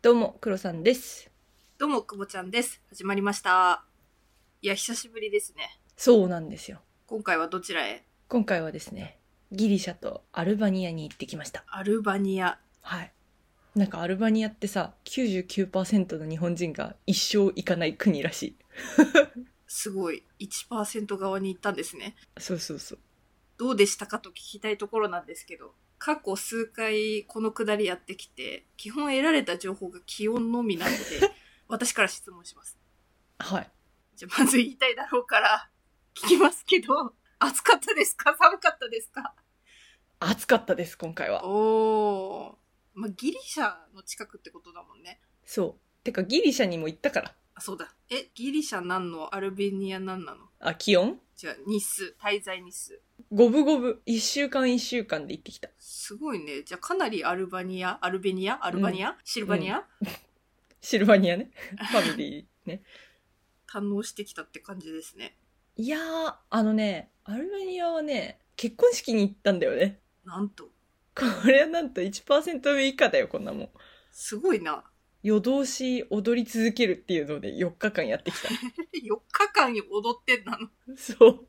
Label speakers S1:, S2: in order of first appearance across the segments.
S1: どうも、黒さんです。
S2: どうも、くぼちゃんです。始まりました。いや、久しぶりですね。
S1: そうなんですよ。
S2: 今回はどちらへ
S1: 今回はですね、ギリシャとアルバニアに行ってきました。
S2: アルバニア。
S1: はい。なんかアルバニアってさ、99%の日本人が一生行かない国らしい。
S2: すごい。1%側に行ったんですね。
S1: そうそうそう。
S2: どうでしたかと聞きたいところなんですけど、過去数回このくだりやってきて、基本得られた情報が気温のみなので、 私から質問します。
S1: はい。
S2: じゃあ、まず言いたいだろうから、聞きますけど、暑かったですか寒かったですか
S1: 暑かったです、今回は。
S2: おー。まあ、ギリシャの近くってことだもんね。
S1: そう。てかギリシャにも行ったから。
S2: あ、そうだ。え、ギリシャなんのアルベニアなんなの
S1: あ、気温
S2: じゃあ、日数、滞在日数。
S1: 五分五分。一週間一週間で行ってきた。
S2: すごいね。じゃあ、かなりアルバニア、アルベニア、アルバニア、シルバニア、
S1: シルバニア ね。ファミリーね。
S2: 堪能してきたって感じですね。
S1: いやー、あのね、アルバニアはね、結婚式に行ったんだよね。
S2: なんと、
S1: これはなんと1%上以下だよ、こんなもん。
S2: すごいな。
S1: 夜通し踊り続けるっていうので4日間やってきた。
S2: 4日間に踊ってんなの。どんだ
S1: そう。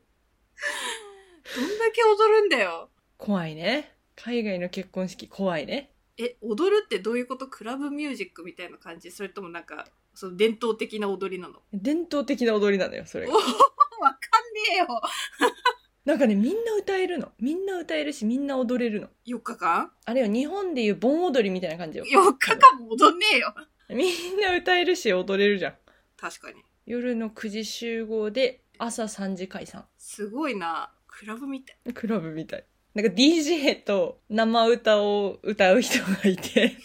S2: け踊るんだよ。
S1: 怖いね。海外の結婚式怖いね。
S2: え、踊るってどういうことクラブミュージックみたいな感じそれともなんか、その伝統的な踊りなの
S1: 伝統的な踊りなのよ、それが
S2: お。わかんねえよ。
S1: なんかね、みんな歌えるの。みんな歌えるし、みんな踊れるの。
S2: 4日間
S1: あれよ、日本でいう盆踊りみたいな感じよ。
S2: ?4 日間も踊んねえよ。
S1: みんな歌えるし、踊れるじゃん。
S2: 確かに。
S1: 夜の9時集合で、朝3時解散。
S2: すごいな。クラブみたい。
S1: クラブみたい。なんか DJ と生歌を歌う人がい て、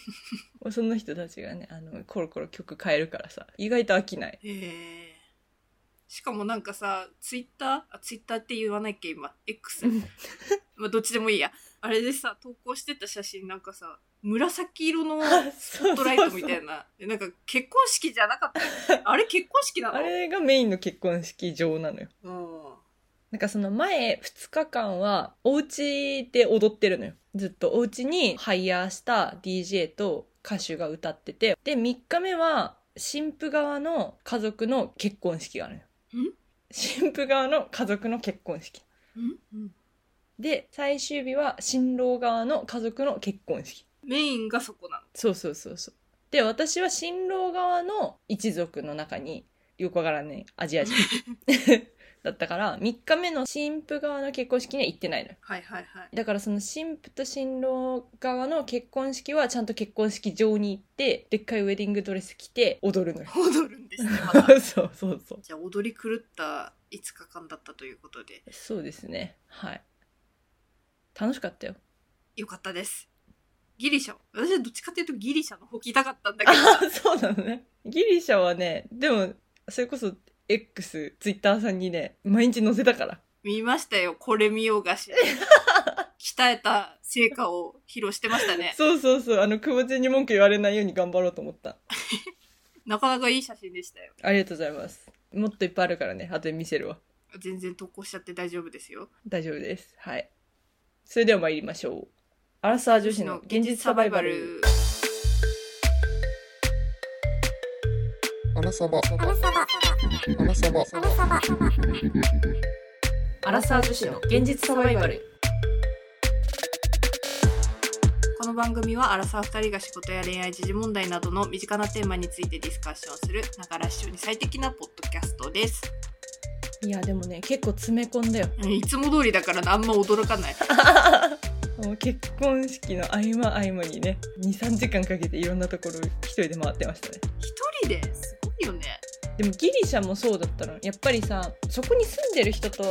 S1: その人たちがね、あの、コロコロ曲変えるからさ、意外と飽きない。
S2: へえ。しかもなんかさ、ツイッターあ、ツイッターって言わないっけ今。X
S1: うん。
S2: まあ、どっちでもいいや。あれでさ、投稿してた写真なんかさ、紫色 のス
S1: あそ
S2: ポッ
S1: う
S2: ト
S1: そう
S2: ライトみ
S1: そ
S2: た
S1: う。
S2: いな。えなんか結婚式じゃなかったよね。あれ結婚式なの
S1: あれがメインの結婚式場なのよ。
S2: うん。
S1: なんかその前2日間はお家で踊ってるのよ。ずっとお家にハイヤーした DJ と歌手が歌ってて、で3日目は新婦側の家族の結婚式があるのよ
S2: ん。
S1: 新婦側の家族の結婚式。
S2: うん
S1: で最終日は新郎側の家族の結婚式
S2: メインがそこなの。
S1: そうそうそうそうで私は新郎側の一族の中によくわからないアジ ア人だったから3日目の新婦側の結婚式には行ってないのよ
S2: はいはいはい。
S1: だからその新婦と新郎側の結婚式はちゃんと結婚式場に行ってでっかいウェディングドレス着て踊るのよ
S2: 踊るんですね、まだ
S1: そうそうそう
S2: じゃあ踊り狂った5日間だったということで、
S1: そうですねはい楽しかったよ
S2: よかったです。ギリシャ。私はどっちかっていうとギリシャの方聞きたかったんだけど。
S1: あそうなのねギリシャはねでもそれこそ X ツイッターさんにね毎日載せたから
S2: 見ましたよ、これ見よう がし。鍛えた成果を披露してましたね。
S1: そうそうそうあの久保ちゃんに文句言われないように頑張ろうと思った
S2: なかなかいい写真でしたよ。
S1: ありがとうございますもっといっぱいあるからね後で見せるわ
S2: 全然投稿しちゃって大丈夫ですよ。
S1: 大丈夫ですはいそれでは参りましょうアラサー女子の現実サバイバル。
S3: アラサバ。アラサバ。アラサバ。
S1: アラサー女子の現実サバイバル
S2: この番組はアラサー2人が仕事や恋愛時事問題などの身近なテーマについてディスカッションするながら視聴に最適なポッドキャストです。
S1: いやでもね結構詰め込んだよ
S2: うんいつも通りだからあんま驚 かない。
S1: もう結婚式の合間合間にね23時間かけていろんなところ一人で回ってましたね
S2: 一人ですごいよね。
S1: でもギリシャもそうだったのやっぱりさそこに住んでる人と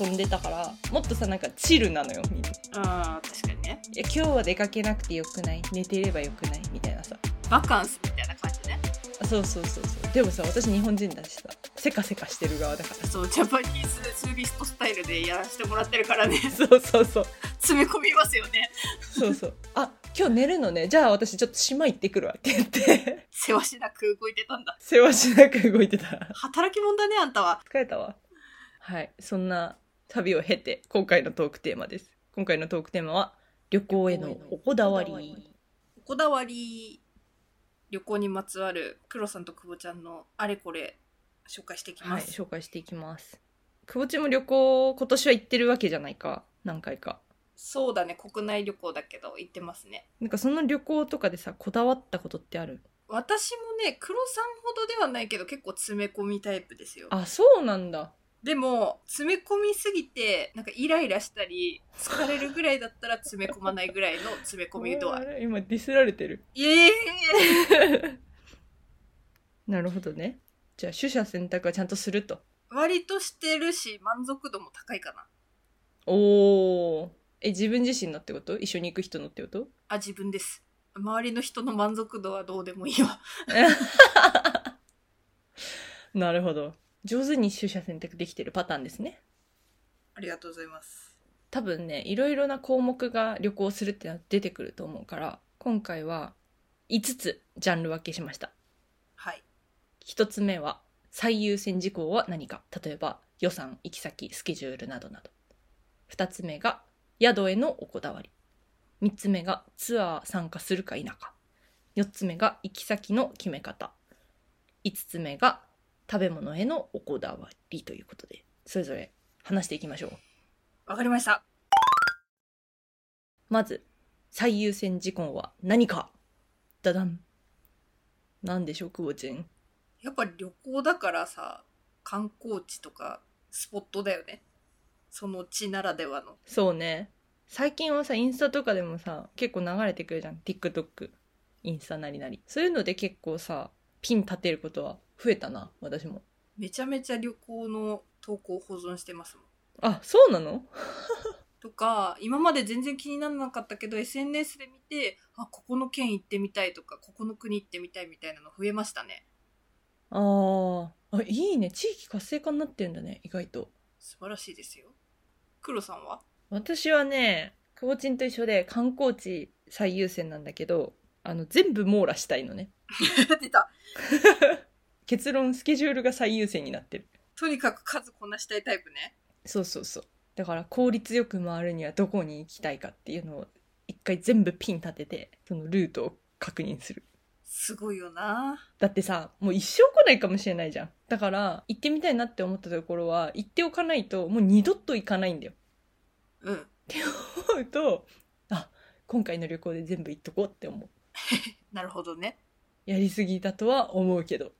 S1: 遊んでたからもっとさなんかチルなのよみんない
S2: あー確かにね。
S1: や今日は出かけなくてよくない寝ていればよくないみたいなさ
S2: バカンスみたいな感じね。
S1: あそうそうそうそうでもさ私日本人だしさせかせかしてる側だから
S2: そう、ジャパニーズツーリストスタイルでやらせてもらって るからね。
S1: そうそうそう
S2: 詰め込みますよね。
S1: そうそうあ今日寝るのねじゃあ私ちょっと島行ってくるわって言って
S2: せわしなく動いてたんだ。
S1: 世話しなく動いてた
S2: 働き者だね、あんたは。
S1: 疲れたわはいそんな旅を経て今回のトークテーマです今回のトークテーマは旅行へのおこだわり
S2: こだわり。旅行にまつわる黒さんと久保ちゃんのあれこれ紹介していき
S1: は
S2: ま
S1: い、
S2: す。
S1: 紹介していきます。久保ちゃんも旅行、今年は行ってるわけじゃないか、何回か。
S2: そうだね、国内旅行だけど行ってますね。
S1: なんかその旅行とかでさ、こだわったことってある
S2: 私もね、黒さんほどではないけど結構詰め込みタイプですよ。
S1: あ、そうなんだ。
S2: でも、詰め込みすぎて、なんかイライラしたり、疲れるぐらいだったら詰め込まないぐらいの詰め込み 度合い。
S1: あれ今ディスられてる。
S2: いえいえいえ
S1: なるほどね。じゃあ、取捨選択はちゃんとすると。
S2: 割としてるし、満足度も高いかな。
S1: おー。え、自分自身のってこと一緒に行く人のってこと
S2: あ、自分です。周りの人の満足度はどうでもいいわ。
S1: なるほど。上手に取捨選択できてるパターンですね。
S2: ありがとうございます。
S1: 多分ね、いろいろな項目が旅行するってのは出てくると思うから、今回は5つジャンル分けしました。
S2: はい。
S1: 1つ目は、最優先事項は何か。例えば、予算、行き先、スケジュールなどなど。2つ目が、宿へのおこだわり。3つ目が、ツアー参加するか否か。4つ目が、行き先の決め方。5つ目が、食べ物へのおこだわりということで、それぞれ話していきましょう。
S2: わかりました。
S1: まず、最優先事項は何かダダン。なんでしょう、久保ちゃん。
S2: やっぱ旅行だからさ、観光地とかスポットだよね。その地ならではの。
S1: そうね。最近はさ、インスタとかでもさ、結構流れてくるじゃん。TikTok。インスタなりなり。そういうので結構さ、ピン立てることは増えたな、私も。
S2: めちゃめちゃ旅行の投稿を保存してますもん。
S1: あ、そうなの
S2: とか、今まで全然気にならなかったけど、SNS で見て、あ、ここの県行ってみたいとか、ここの国行ってみたいみたいなの増えましたね。
S1: あーあ。いいね。地域活性化になってんだね、意外と。
S2: 素晴らしいですよ。黒さんは
S1: 私はね、久保ちんと一緒で観光地最優先なんだけど、あの、全部網羅したいのね。
S2: 出た。
S1: 結論スケジュールが最優先になってる
S2: とにかく数こなしたいタイプね。
S1: そうそうそうだから効率よく回るにはどこに行きたいかっていうのを一回全部ピン立ててそのルートを確認する
S2: すごいよな。
S1: だってさもう一生来ないかもしれないじゃんだから行ってみたいなって思ったところは行っておかないともう二度と行かないんだよ
S2: うん。
S1: 思うとあ今回の旅行で全部行っとこうって思う
S2: なるほどね。
S1: やりすぎだとは思うけど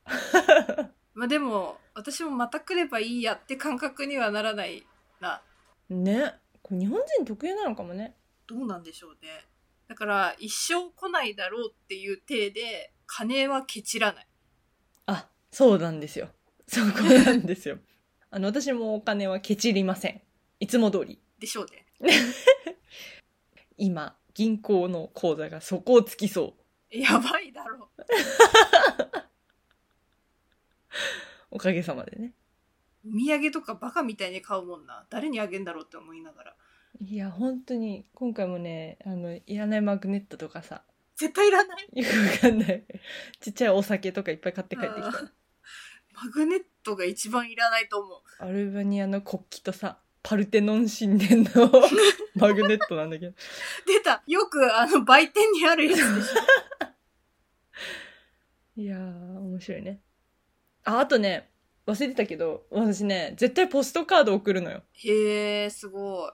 S2: まあでも、私もまた来ればいいやって感覚にはならないな。
S1: ねこれ日本人特有なのかもね
S2: どうなんでしょうね。だから、一生来ないだろうっていう体で、金はケチらない。
S1: あ、そうなんですよ。そこなんですよ。あの、私もお金はケチりません。いつも通り。
S2: でしょうね。
S1: 今、銀行の口座が底をつきそ
S2: やばいだろう。
S1: う。おかげさまでね。
S2: お土産とかバカみたいに買うもんな誰にあげんだろうって思いながら
S1: いや、本当に、今回もね、あの、いらないマグネットとかさ、
S2: 絶対いらない
S1: よくわかんない。ちっちゃいお酒とかいっぱい買って帰ってきた。
S2: マグネットが一番いらないと思う
S1: アルバニアの国旗とさ、パルテノン神殿の マグネットなんだけど。
S2: 出たよくあの売店にあるやつでしょ
S1: いやー、面白いね。あ、あとね、忘れてたけど、私ね、絶対ポストカード送るのよ。
S2: へえすごい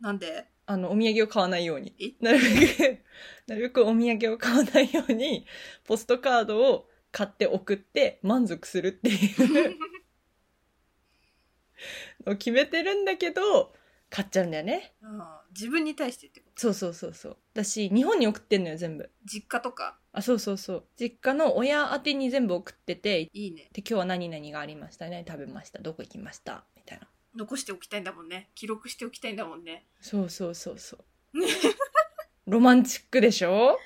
S2: なんで
S1: あの、お土産を買わないように
S2: え。
S1: なるべく、 なるべくお土産を買わないように、ポストカードを買って送って満足するっていうのを決めてるんだけど、買っちゃうんだよね。
S2: うん自分に対してってこと
S1: そうそうそうそう。だし、日本に送ってんのよ、全部。
S2: 実家とか
S1: あ、そうそうそう。実家の親宛てに全部送ってて、
S2: いいね
S1: で、今日は何々がありましたね。食べました。どこ行きました。みたいな。
S2: 残しておきたいんだもんね記録しておきたいんだもんね
S1: そうそうそうそう。ロマンチックでしょ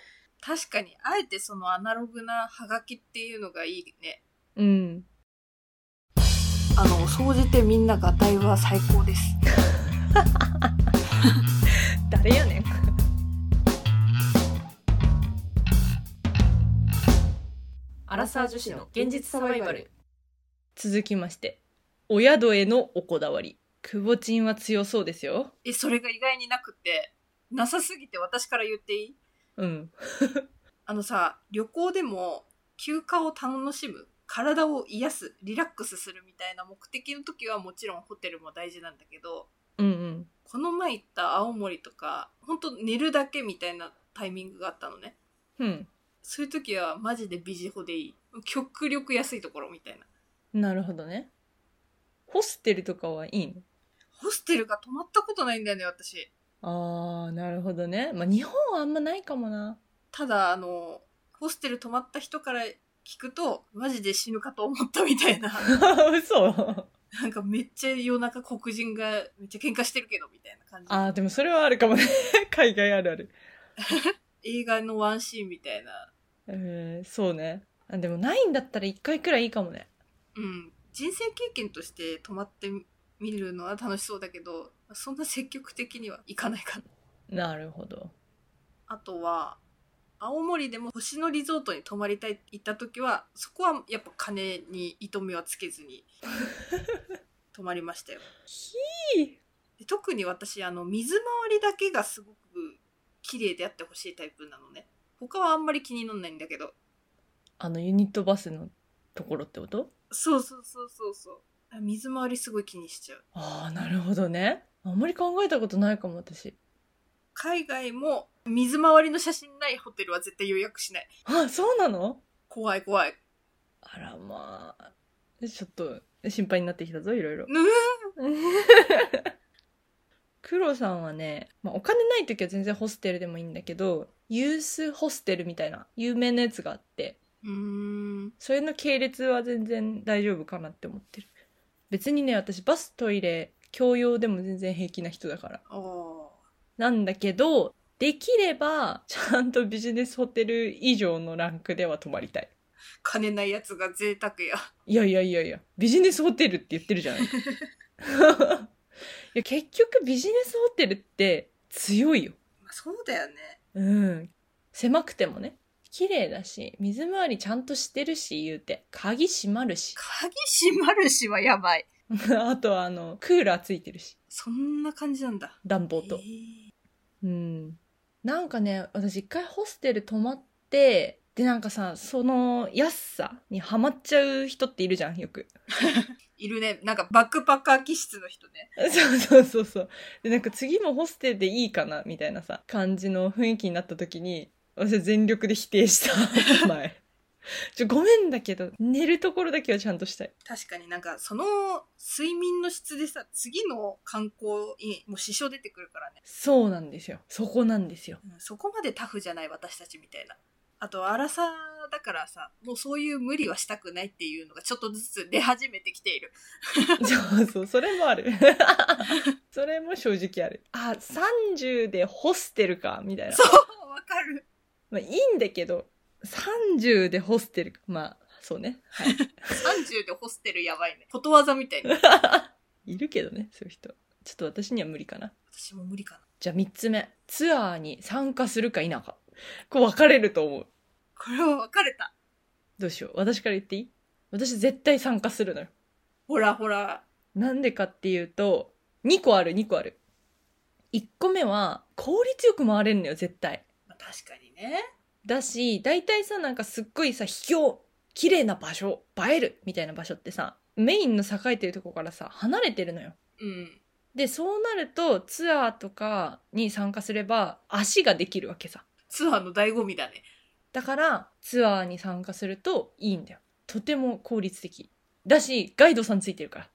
S2: 確かにあえてそのアナログなハガキっていうのがいいね
S1: うん。
S2: あの総じてみんながたいは最高です
S1: 誰やねん。
S4: アラサー女子の現実サバイバル。
S1: 続きまして、お宿へのおこだわり。くぼちんは強そうですよ。
S2: えそれが意外になくてなさすぎて私から言っていい
S1: うん。
S2: あのさ、旅行でも休暇を楽しむ、体を癒す、リラックスするみたいな目的の時はもちろんホテルも大事なんだけど、
S1: うんうん。
S2: この前行った青森とか、ほんと寝るだけみたいなタイミングがあったのね。
S1: うん。
S2: そういう時はマジでビジホでいい。極力安いところみたいな。
S1: なるほどね。ホステルとかはいいの
S2: ホステルが泊まったことないんだよね、私。
S1: あー、なるほどね。まあ、日本はあんまないかもな。
S2: ただ、あの、ホステル泊まった人から聞くと、マジで死ぬかと思ったみたいな。
S1: 嘘
S2: なんかめっちゃ夜中黒人がめっちゃ喧嘩してるけどみたいな感じ。
S1: あー、でもそれはあるかもね。 海外あるある。
S2: 映画のワンシーンみたいな。
S1: えー、そうね。あでもないんだったら一回くらいいいかもね。
S2: うん。人生経験として泊まってみるのは楽しそうだけど、そんな積極的にはいかないかな。
S1: なるほど。
S2: あとは、青森でも星野リゾートに泊まりたいって言った時は、そこはやっぱ金に糸目はつけずに泊まりましたよ。
S1: ひ
S2: で特に私あの水回りだけがすごく綺麗であってほしいタイプなのね他はあんまり気にならないんだけど
S1: あのユニットバスのところってこと
S2: そうそうそうそうそうあ水回りすごい気にしちゃう
S1: ああ、なるほどね。あんまり考えたことないかも、私。
S2: 海外も水回りの写真ないホテルは絶対予約しない
S1: あ、そうなの
S2: 怖い怖い
S1: あら、まあ。ちょっと、心配になってきたぞ、いろ いろ。
S2: ぬー
S1: 黒さんはね、まあ、お金ない時は全然ホステルでもいいんだけど、ユースホステルみたいな有名なやつがあって、
S2: うーん
S1: それの系列は全然大丈夫かなって思ってる。別にね、私バス、トイレ、共用でも全然平気な人だから。
S2: あー
S1: なんだけど、できれば、ちゃんとビジネスホテル以上のランクでは泊まりたい。
S2: 金ないやつが贅沢や
S1: いやいやいやいや、ビジネスホテルって言ってるじゃない。い や結局ビジネスホテルって強いよ。
S2: まあそうだよね
S1: うん。狭くてもね。綺麗だし、水回りちゃんとしてるし、言うて。鍵閉まるし。
S2: 鍵閉まるしはやばい
S1: あとは、あの、クーラーついてるし。
S2: そんな感じなんだ
S1: 暖房と
S2: へ。ー
S1: うん。なんかね、私一回ホステル泊まって、で、なんかさ、その安さにハマっちゃう人っているじゃん、よく。
S2: いるねなんかバックパッカー気質の人ね
S1: そうそうそうそう。で、なんか次もホステルでいいかな、みたいなさ、感じの雰囲気になった時に、私は全力で否定 した、前。ちょ、ごめんだけど、寝るところだけはちゃんとしたい。
S2: 確かになんかその睡眠の質でさ次の観光にもう支障出てくるからね、
S1: そうなんですよ。そこなんですよ。
S2: うんそこまでタフじゃない私たちみたいなあと荒さだからさもうそういう無理はしたくないっていうのがちょっとずつ出始めてきている
S1: そうそう、それも ある。それも正直ある。あ、30でホステルか、みたいな
S2: そ。うわかる
S1: まあ、いいんだけど、30でホステルか。まあ、そうね。 はい。
S2: 30でホステルやばいねことわざみたいな
S1: いるけどね、そういう人。ちょっと私には無理かな。
S2: 私も無理かな
S1: じゃあ3つ目。ツアーに参加するか否か。こう分かれると思う。
S2: これは別れた
S1: どうしよう。私から言っていい私絶対参加するのよ。
S2: ほらほら
S1: なんでかっていうと、2個ある、2個ある。1個目は、効率よく回れるのよ、絶対。
S2: まあ確かにね
S1: だし、大体さ、なんかすっごいさ、秘境、綺麗な場所、映える、みたいな場所ってさ、メインの栄えてるとこからさ、離れてるのよ。
S2: うん
S1: で、そうなると、ツアーとかに参加すれば、足ができるわけさ。
S2: ツアーの醍醐味だね
S1: だからツアーに参加するといいんだよとても効率的だしガイドさんついてるから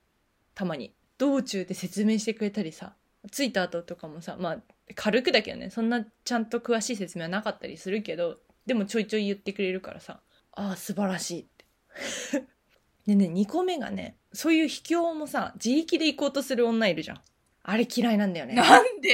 S1: たまに道中で説明してくれたりさ着いた後とかもさまあ軽くだけどねそんなちゃんと詳しい説明はなかったりするけどでもちょいちょい言ってくれるからさああ素晴らしいって でね2個目がねそういう秘境もさ自力で行こうとする女いるじゃんあれ嫌いなんだよね
S2: なんで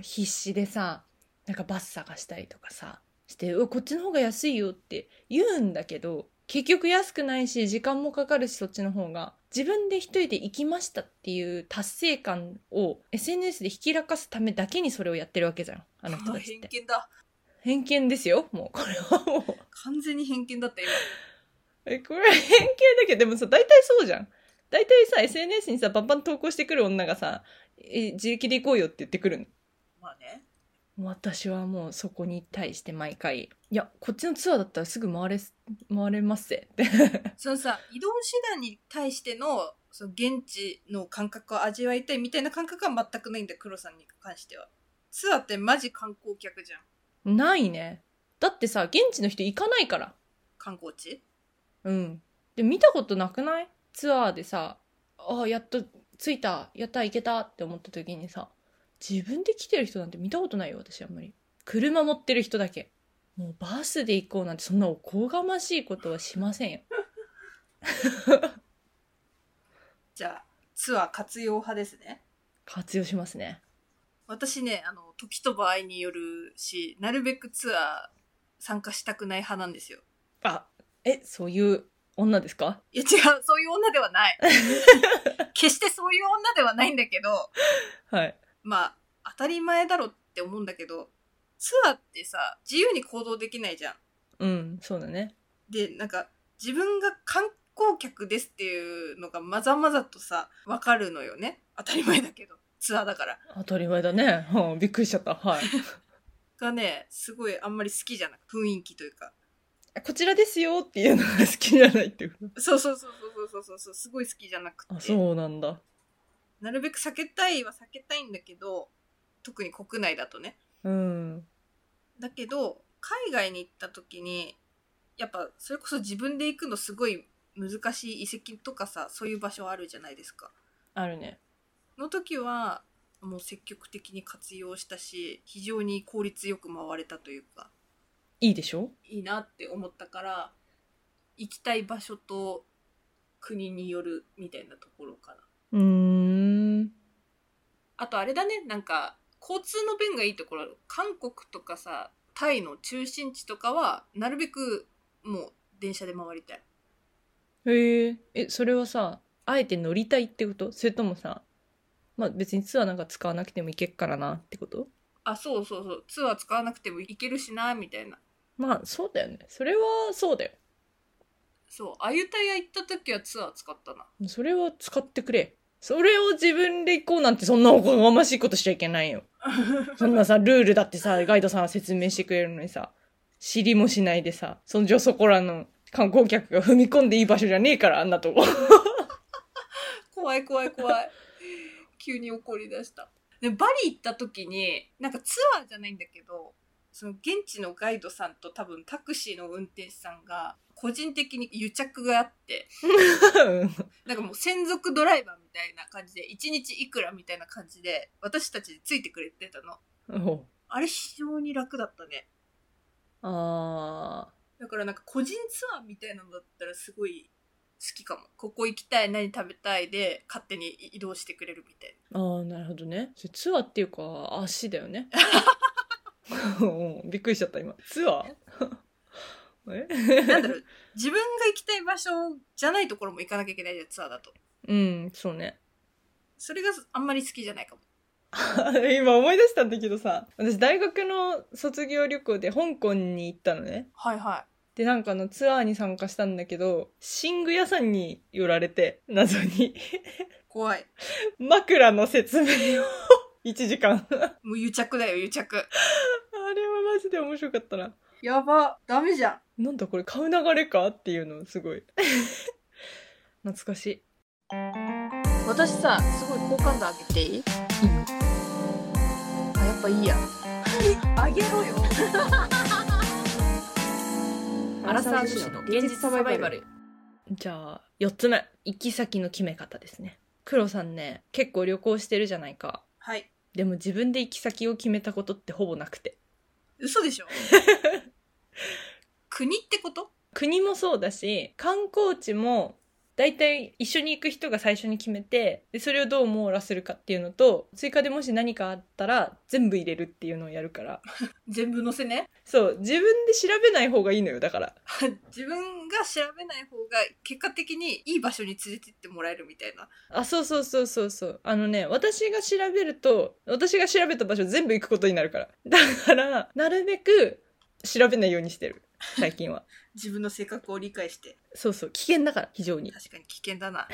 S1: 必死でさなんかバス探したりとかさして「うわこっちの方が安いよ」って言うんだけど結局安くないし時間もかかるしそっちの方が自分で一人で行きましたっていう達成感を SNS でひきらかすためだけにそれをやってるわけじゃんあの人たちっ
S2: 偏
S1: て
S2: 見だ
S1: 偏見ですよもうこれはもう
S2: 完全に偏見だった今
S1: えこれ偏見だけどでもさ大体そうじゃん大体さ SNS に さバンバン投稿してくる女がさえ自力で行こうよって言ってくるの
S2: まあね
S1: 私はもうそこに対して毎回「いやこっちのツアーだったらすぐ回れす回れますぜ」 って
S2: そのさ移動手段に対してのその現地の感覚を味わいたいみたいな感覚は全くないんだ黒さんに関してはツアーってマジ観光客じゃん
S1: ないねだってさ現地の人行かないから
S2: 観光地
S1: うんで見たことなくないツアーでさああやっと着いたやった行けたって思った時にさ自分で来てる人なんて見たことないよ私あんまり車持ってる人だけもうバスで行こうなんてそんなおこがましいことはしませんよ
S2: じゃあツアー活用派ですね
S1: 活用しますね
S2: 私ねあの時と場合によるしなるべくツアー参加したくない派なんですよ
S1: あえそういう女ですか
S2: いや違うそういう女では ない決してそういう女ではないんだけど
S1: はい
S2: まあ当たり前だろって思うんだけどツアーってさ自由に行動できないじゃん
S1: うんそうだね
S2: でなんか自分が観光客ですっていうのがまざまざとさ分かるのよね当たり前だけどツアーだから
S1: 当たり前だね、 はあ、びっくりしちゃったはい
S2: がねすごいあんまり好きじゃなく雰囲気というか
S1: こちらですよっていうのが好きじゃないって こと
S2: そうそうそうそうそうそうそうすごい好きじゃなく
S1: あ
S2: て
S1: そうなんだ
S2: なるべく避けたいは避けたいんだけど特に国内だとね
S1: うん
S2: だけど海外に行った時にやっぱそれこそ自分で行くのすごい難しい遺跡とかさそういう場所あるじゃないですか。
S1: あるね
S2: の時はもう積極的に活用したし非常に効率よく回れたというか
S1: いいでしょ
S2: いいなって思ったから行きたい場所と国によるみたいなところかな
S1: うーん
S2: あとあれだねなんか交通の便がいいところ韓国とかさタイの中心地とかはなるべくもう電車で回りたい
S1: へええそれはさあえて乗りたいってことそれともさまあ別にツアーなんか使わなくてもいけっからなってこと
S2: あそうそうそうツアー使わなくても行けるしなみたいな
S1: まあそうだよねそれはそうだよ
S2: そうあゆたや行った時はツアー使ったな
S1: それは使ってくれそれを自分で行こうなんてそんなおこがましいことしちゃいけないよそんなさルールだってさガイドさんは説明してくれるのにさ知りもしないでさそんじょそこらの観光客が踏み込んでいい場所じゃねえからあんな とこ
S2: 怖い怖い怖い急に怒り出したでバリ行った時になんかツアーじゃないんだけどその現地のガイドさんと多分タクシーの運転手さんが個人的に癒着があってなんかもう専属ドライバーみたいな感じで1日いくらみたいな感じで私たちについてくれてたの
S1: お
S2: あれ非常に楽だったね
S1: あ
S2: だからなんか個人ツアーみたいなのだったらすごい好きかもここ行きたい何食べたいで勝手に移動してくれるみたいな
S1: ーあーなるほどねそれツアーっていうか足だよねうん びっくりしちゃった今ツアーえ
S2: なんだろう、自分が行きたい場所じゃないところも行かなきゃいけないじゃん、ツアーだと。
S1: うんそうね
S2: それがあんまり好きじゃないかも。
S1: 今思い出したんだけどさ私大学の卒業旅行で香港に行ったのね
S2: はいは
S1: でなんかあのツアーに参加したんだけど寝具屋さんに寄られて謎に
S2: い。怖い。
S1: 枕の説明を 1時間 あれは
S2: もう癒着だよ、癒着。
S1: マジで面白かったな
S2: やば、ダメじゃん。
S1: なんだこれ買う流れかっていうのすごい 懐かしい
S4: 私さすごい好感度上げていい
S2: あ、やっぱいいや。 あげろよ。
S4: アラサー女子の現実サバイバル
S1: じゃあ4つ目行き先の決め方ですね黒さんね結構旅行してるじゃないか
S2: はい。
S1: でも自分で行き先を決めたことってほぼなくて
S2: 嘘 でしょ国ってこと
S1: 国もそうだし観光地も大体一緒に行く人が最初に決めてでそれをどう網羅するかっていうのと追加でもし何かあったら全部入れるっていうのをやるから
S2: 全部載せね。
S1: そう自分で調べない方がいいのよだから
S2: 自分が調べない方が結果的にいい場所に連れてってもらえるみたいな。
S1: あそうそうそうそうそうあのね私が調べると私が調べた場所全部行くことになるからだからなるべく調べないようにしてる最近は
S2: 自分の性格を理解して。
S1: そうそう危険だから非常に
S2: 確かに危険だな。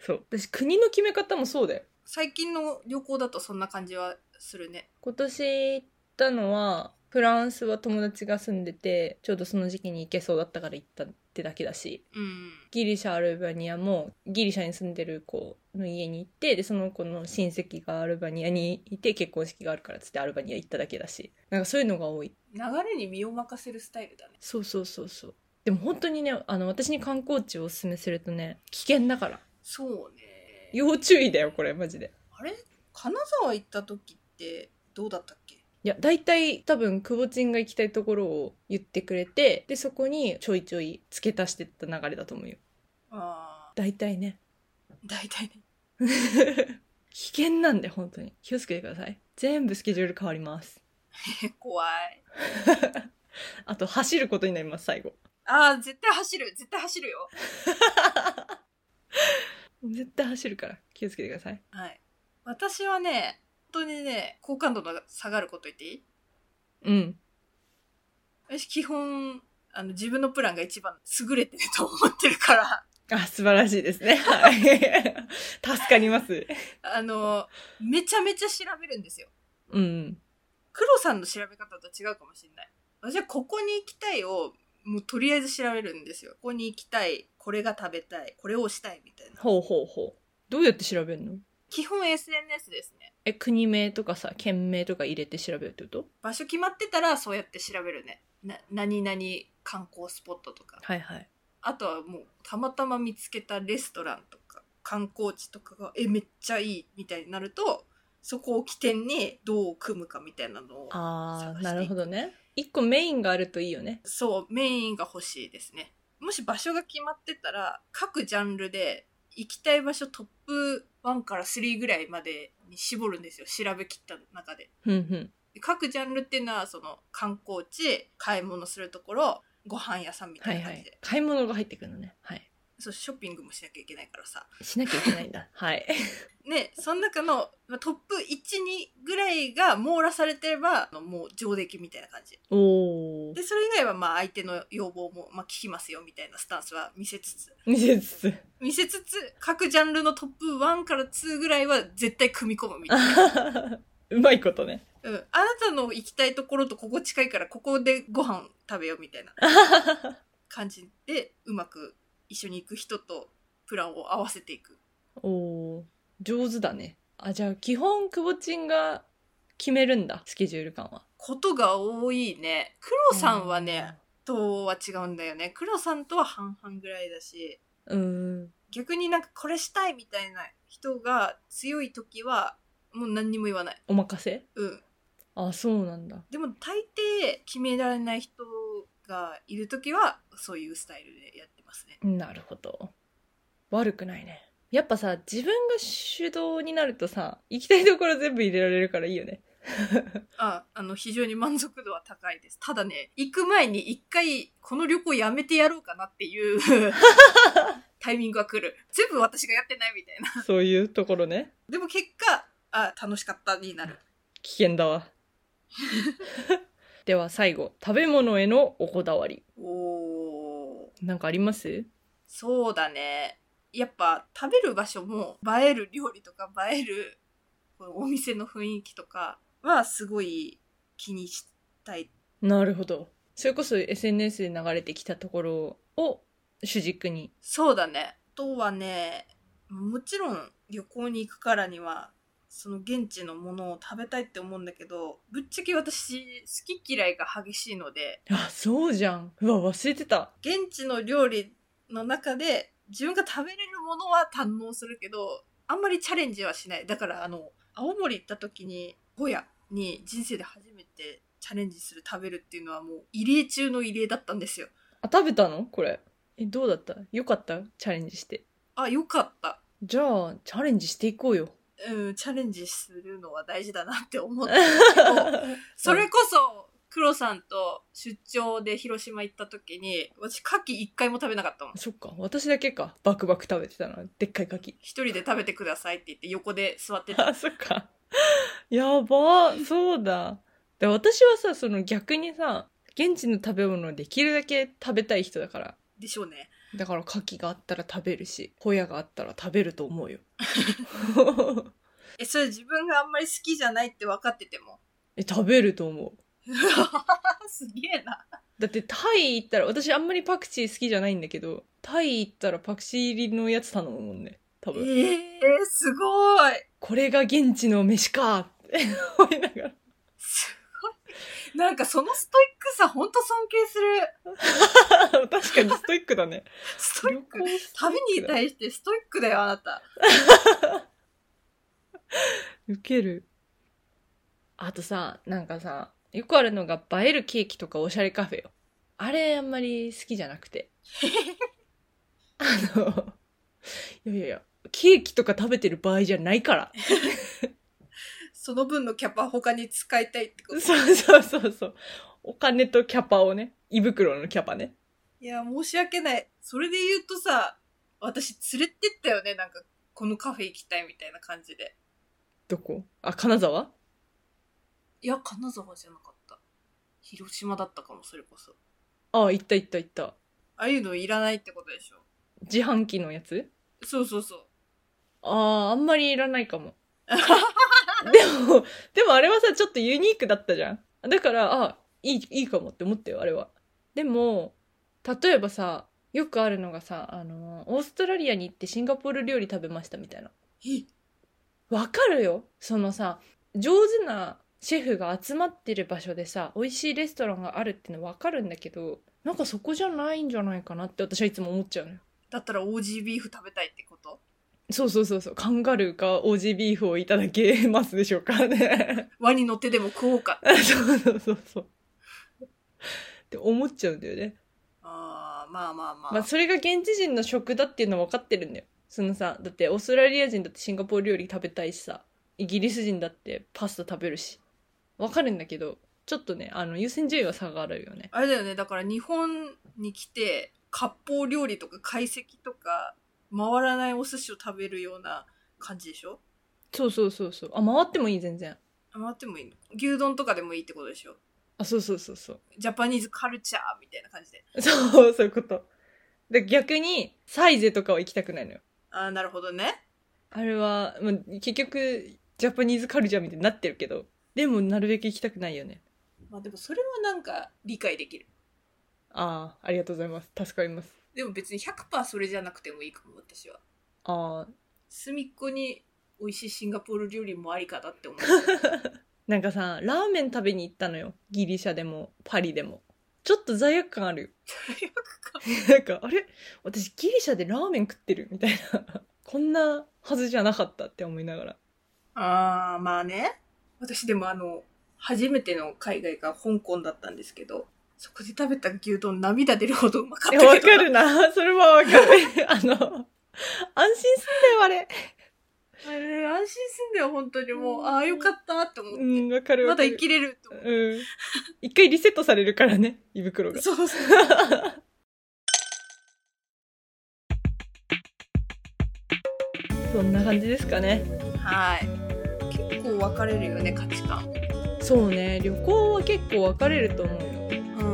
S1: そう私国の決め方もそうだよ
S2: 最近の旅行だとそんな感じはするね。
S1: 今年行ったのはフランスは友達が住んでてちょうどその時期に行けそうだったから行ったってだけだし
S2: うん。
S1: ギリシャアルバニアもギリシャに住んでる子の家に行ってでその子の親戚がアルバニアにいて結婚式があるからっつってアルバニア行っただけだしなんかそういうのが多い
S2: 流れに身を任せるスタイルだね。
S1: そうそうそうそうでも本当にねあの私に観光地をおすすめするとね危険だから
S2: そうね。
S1: 要注意だよこれマジで
S2: あれ金沢行った時ってどうだったっけ
S1: いや大体多分くぼちんが行きたいところを言ってくれてでそこにちょいちょい付け足してった流れだと思うよ
S2: ああ。
S1: 大体ね
S2: 大体ね。
S1: 危険なんで本当に気をつけてください全部スケジュール変わります
S2: 怖い。
S1: あと走ることになります最後
S2: ああ、絶対走る。絶対走るよ。
S1: 絶対走るから気をつけてください
S2: はい。私はね、本当にね、好感度の下がること言っていい
S1: うん
S2: 私基本、あの、自分のプランが一番優れてると思ってるから、
S1: あ素晴らしいですねはい 助かります
S2: あの、めちゃめちゃ調べるんですよ。
S1: うん
S2: 黒さんの調べ方と違うかもしれない。私はここに行きたいを、もうとりあえず調べるんですよ。ここに行きたい、これが食べたい、これをしたいみたいな。
S1: ほうほうほうどうやって調べるの
S2: 基本 SNS ですね。
S1: え国名とかさ県名とか入れて調べるってこと
S2: 場所決まってたらそうやって調べるね。な、何々観光スポットとか。
S1: はいはい
S2: あとはもうたまたま見つけたレストランとか観光地とかがえめっちゃいいみたいになるとそこを起点にどう組むかみたいなのを
S1: あ
S2: 探して
S1: あ
S2: いく
S1: なるほどね一個メインがあるといいよね
S2: そうメインが欲しいですねもし場所が決まってたら各ジャンルで行きたい場所トップ1から3ぐらいまでに絞るんですよ調べきった中で
S1: ふんふん
S2: で各ジャンルっていうのはその観光地買い物するところご飯屋さんみた
S1: はいい
S2: な
S1: は
S2: 感じで、
S1: い買い物が入ってくるのねはい
S2: そうショッピングもしなきゃいけないからさ
S1: しなきゃいけないんだ はい
S2: ね、その中のまあトップ12ぐらいが網羅されてればあのもう上出来みたいな感じ
S1: おお
S2: でそれ以外はまあ相手の要望もまあ聞きますよみたいなスタンスは見せつつ
S1: 見せつつ
S2: 見せつつ各ジャンルのトップ1から2ぐらいは絶対組み込むみたい な、
S1: うまいことね
S2: うん、あなたの行きたいところとここ近いからここでご飯食べようみたいな感じでうまく一緒に行く人とプランを合わせていく
S1: お お上手だねあじゃあ基本くぼちんが決めるんだスケジュール感は
S2: ことが多いね黒さんはね、とは違うんだよね黒さんとは半々ぐらいだし
S1: うーん
S2: 逆になんかこれしたいみたいな人が強い時はもう何にも言わない
S1: お任せ
S2: うん
S1: あそうなんだ
S2: でも大抵決められない人がいる時はそういうスタイルでやってますね
S1: なるほど悪くないねやっぱさ自分が主導になるとさ行きたいところ全部入れられるからいいよ ね
S2: ああの非常に満足度は高いですただね行く前に一回この旅行やめてやろうかなって いうタイミングが来る全部私がやってないみたいな
S1: そういうところね
S2: でも結果あ楽しかったになる
S1: 危険だわ では最後食べ物へのおこだわり
S2: おー
S1: なんかあります
S2: そうだね。やっぱ食べる場所も映える料理とか映えるこうお店の雰囲気とかはすごい気にしたい。
S1: なるほどそれこそ SNS で流れてきたところを主軸に
S2: そうだね。あとはね、もちろん旅行に行くからにはその現地のものを食べたいって思うんだけど、ぶっちゃけ私好き嫌いが激しいので、
S1: あそうじゃんうわ忘れてた
S2: 現地の料理の中で自分が食べれるものは堪能するけどあんまりチャレンジはしないだからあの青森行った時にホヤに人生で初めてチャレンジする食べるっていうのはもう異例中の異例だったんですよ
S1: あ食べたのこれえどうだったよかったチャレンジして
S2: あよかった
S1: じゃあチャレンジしていこ うよ
S2: うんチャレンジするのは大事だなって思ったんだ けどそれこそ黒さんと出張で広島行った時に私牡蠣一回も食べなかったもん
S1: そっか私だけかバクバク食べてたなでっかい柿
S2: 一人で食べてくださいって言って横で座ってた
S1: あそっかやばそうだで私はさその逆にさ現地の食べ物をできるだけ食べたい人だから
S2: でしょうね
S1: だから牡蠣があったら食べるしホヤがあったら食べると思うよ
S2: え、それ自分があんまり好きじゃないって分かってても。
S1: え食べると思う
S2: すげえな。
S1: だってタイ行ったら私あんまりパクチー好きじゃないんだけどタイ行ったらパクチー入りのやつ頼むもんね多
S2: え
S1: 分
S2: ー、すごい。
S1: これが現地の飯かって思いながら
S2: すごい。なんかそのストイックさ、ほんと尊敬する。
S1: 確かにストイックだね。
S2: ストイック
S1: 旅。行ストイッ
S2: 旅
S1: ク
S2: に対してストイックだよ、あなた。
S1: ウケる。あとさ、なんかさ、よくあるのが映えるケーキとかおしゃれカフェよ。あれあんまり好きじゃなくて。あの、いやいやいや、ケーキとか食べてる場合じゃないから。
S2: その分のキャパ他に使いたいってこ
S1: そ
S2: と
S1: う。そうそうそう。お金とキャパをね、胃袋のキャパね。
S2: いや、申し訳ない。それで言うとさ、私連れてったよね、なんか、このカフェ行きたいみたいな感じで。
S1: どこあ、金沢
S2: いや、金沢じゃなかった。広島だったかも、それこそ。
S1: ああ、行った行った行った。
S2: ああいうのいらないってことでしょ。
S1: 自販機のやつ
S2: そうそうそう。
S1: ああ、あんまりいらないかも。でも、でもあれはさ、ちょっとユニークだったじゃん。だから、あ、いい、いいかもって思ったよ、あれは。でも、例えばさ、よくあるのがさ、あの、オーストラリアに行ってシンガポール料理食べましたみたいな。
S2: え
S1: わかるよ。そのさ、上手なシェフが集まってる場所でさ、美味しいレストランがあるってのわかるんだけど、なんかそこじゃないんじゃないかなって私はいつも思っちゃうのよ。
S2: だったらオージービーフ食べたいってこと
S1: そうそうそうそう。カンガルーかオージービーフをいただけますでしょうか ね。
S2: ワニの手でも食おうか。
S1: そうそうそうそう。って思っちゃうんだよね。
S2: ああ、まあまあまあ。
S1: まあそれが現地人の食だっていうのは分かってるんだよ。そのさ、だってオーストラリア人だってシンガポール料理食べたいしさ、イギリス人だってパスタ食べるし。分かるんだけど、ちょっとね、あの、優先順位は差があるよね。
S2: あれだよね、だから日本に来て、割烹料理とか懐石とか、回らないお寿司を食べるような感じでしょ
S1: そうそうそうそう。あ、回ってもいい、全然。
S2: 回ってもいいの牛丼とかでもいいってことでしょ
S1: あ、そうそうそうそう。
S2: ジャパニーズカルチャーみたいな感じで。
S1: そう、そういうこと。で、逆に、サイゼとかは行きたくないのよ。
S2: ああ、なるほどね。
S1: あれは、まあ、結局、ジャパニーズカルチャーみたいになってるけど、でもなるべく行きたくないよね。
S2: まあでもそれはなんか理解できる。
S1: ああ、ありがとうございます。助かります。
S2: でも別に100%それじゃなくてもいいかも、私は。
S1: ああ、
S2: 隅っこに美味しいシンガポール料理もありかだって思う。
S1: なんかさ、ラーメン食べに行ったのよ。ギリシャでも、パリでも。ちょっと罪悪感あるよ。
S2: よくか
S1: なんか、あれ私ギリシャでラーメン食ってるみたいな。こんなはずじゃなかったって思いながら。
S2: ああ、まあね。私でもあの、初めての海外が香港だったんですけど、そこで食べた牛丼涙出るほどうまかっ
S1: い
S2: た
S1: や、わ
S2: け
S1: か
S2: どな。
S1: るな。それはわかる。あの、安心すんだよ、あれ。
S2: あれ安心すんだよ、本当にもう。
S1: うん
S2: ああ、よかったって思って。
S1: うん、わかる
S2: ま
S1: わか
S2: だ
S1: る。
S2: 生きれると思って。
S1: うん。一回リセットされるからね、胃袋が。
S2: そうそう。
S1: そんな感じですかね。
S2: はい。結構分かれるよね、価値観。
S1: そうね、旅行は結構分かれると思うよ。
S2: う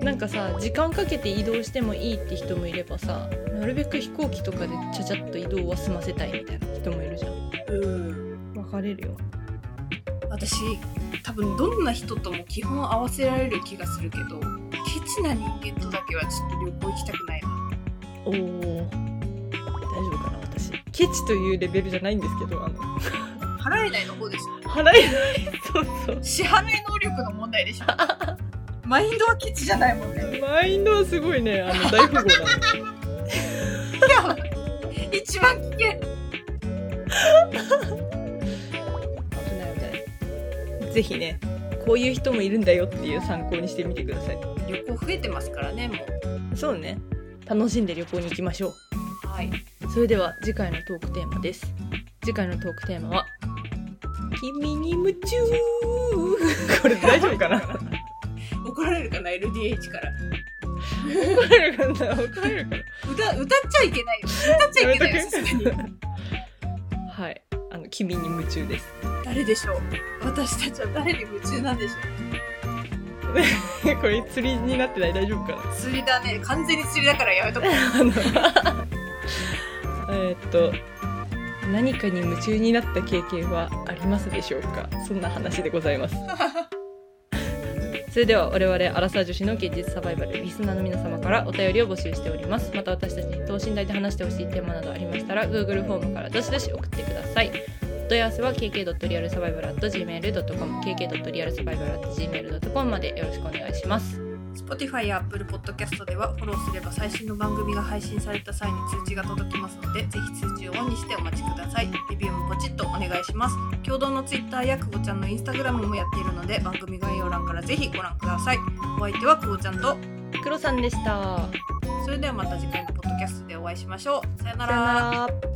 S2: ん。
S1: なんかさ、時間かけて移動してもいいって人もいればさ、なるべく飛行機とかでちゃちゃっと移動は済ませたいみたいな人もいるじゃん。
S2: うん。
S1: 分かれるよ。
S2: 私、多分どんな人とも基本合わせられる気がするけど、ケチな人間とだけはちょっと旅行行きたくないな。
S1: おお。大丈夫かな、私。ケチというレベルじゃないんですけど、あの、
S2: 払えないの方でしょ
S1: 払えない。そうそう。
S2: 支払い能力の問題でしょマインドはケチじゃないもんね
S1: マインドはすごいね、あの、大富豪だね。
S2: 一番危険
S1: 危ない危ない。ぜひね、こういう人もいるんだよっていう参考にしてみてください。
S2: 旅行増えてますからねもう
S1: そうね。楽しんで旅行に行きましょう。
S2: はい
S1: それでは次回のトークテーマです。次回のトークテーマは君に夢中。 これ大丈夫かな？
S2: 怒られるかな LDH から
S1: 怒られるかな？怒られるか
S2: 歌歌っちゃいけないよ歌っちゃいけないよさすがに
S1: な？ はい。あの君に夢中です。
S2: 誰でしょう私たちは誰に夢中なんでしょ
S1: これ釣りになってない大丈夫かな？
S2: う釣りだね完全に釣りだからやめとこう
S1: あのえーっと何かに夢中になった経験はありますでしょうかそんな話でござい ますそれでは我々アラサー女子の現実サバイバルリスナーの皆様からお便りを募集しておりますまた私たちに等身大で話してほしいテーマなどありましたら Google フォームからどしどし送ってくださいお問い合わせは kk.realsurvival.gmail.com kk.realsurvival.gmail.com までよろしくお願いします
S2: Spotify や Apple Podcast ではフォローすれば最新の番組が配信された際に通知が届きますのでぜひ通知をオンにしてお待ちくださいレビューもポチッとお願いします共同の Twitter や久保ちゃんの Instagram もやっているので番組概要欄からぜひご覧くださいお相手は久保ちゃんと
S1: 黒さんでした
S2: それではまた次回のポッドキャストでお会いしましょうさよな
S1: さよ
S2: ら
S1: なら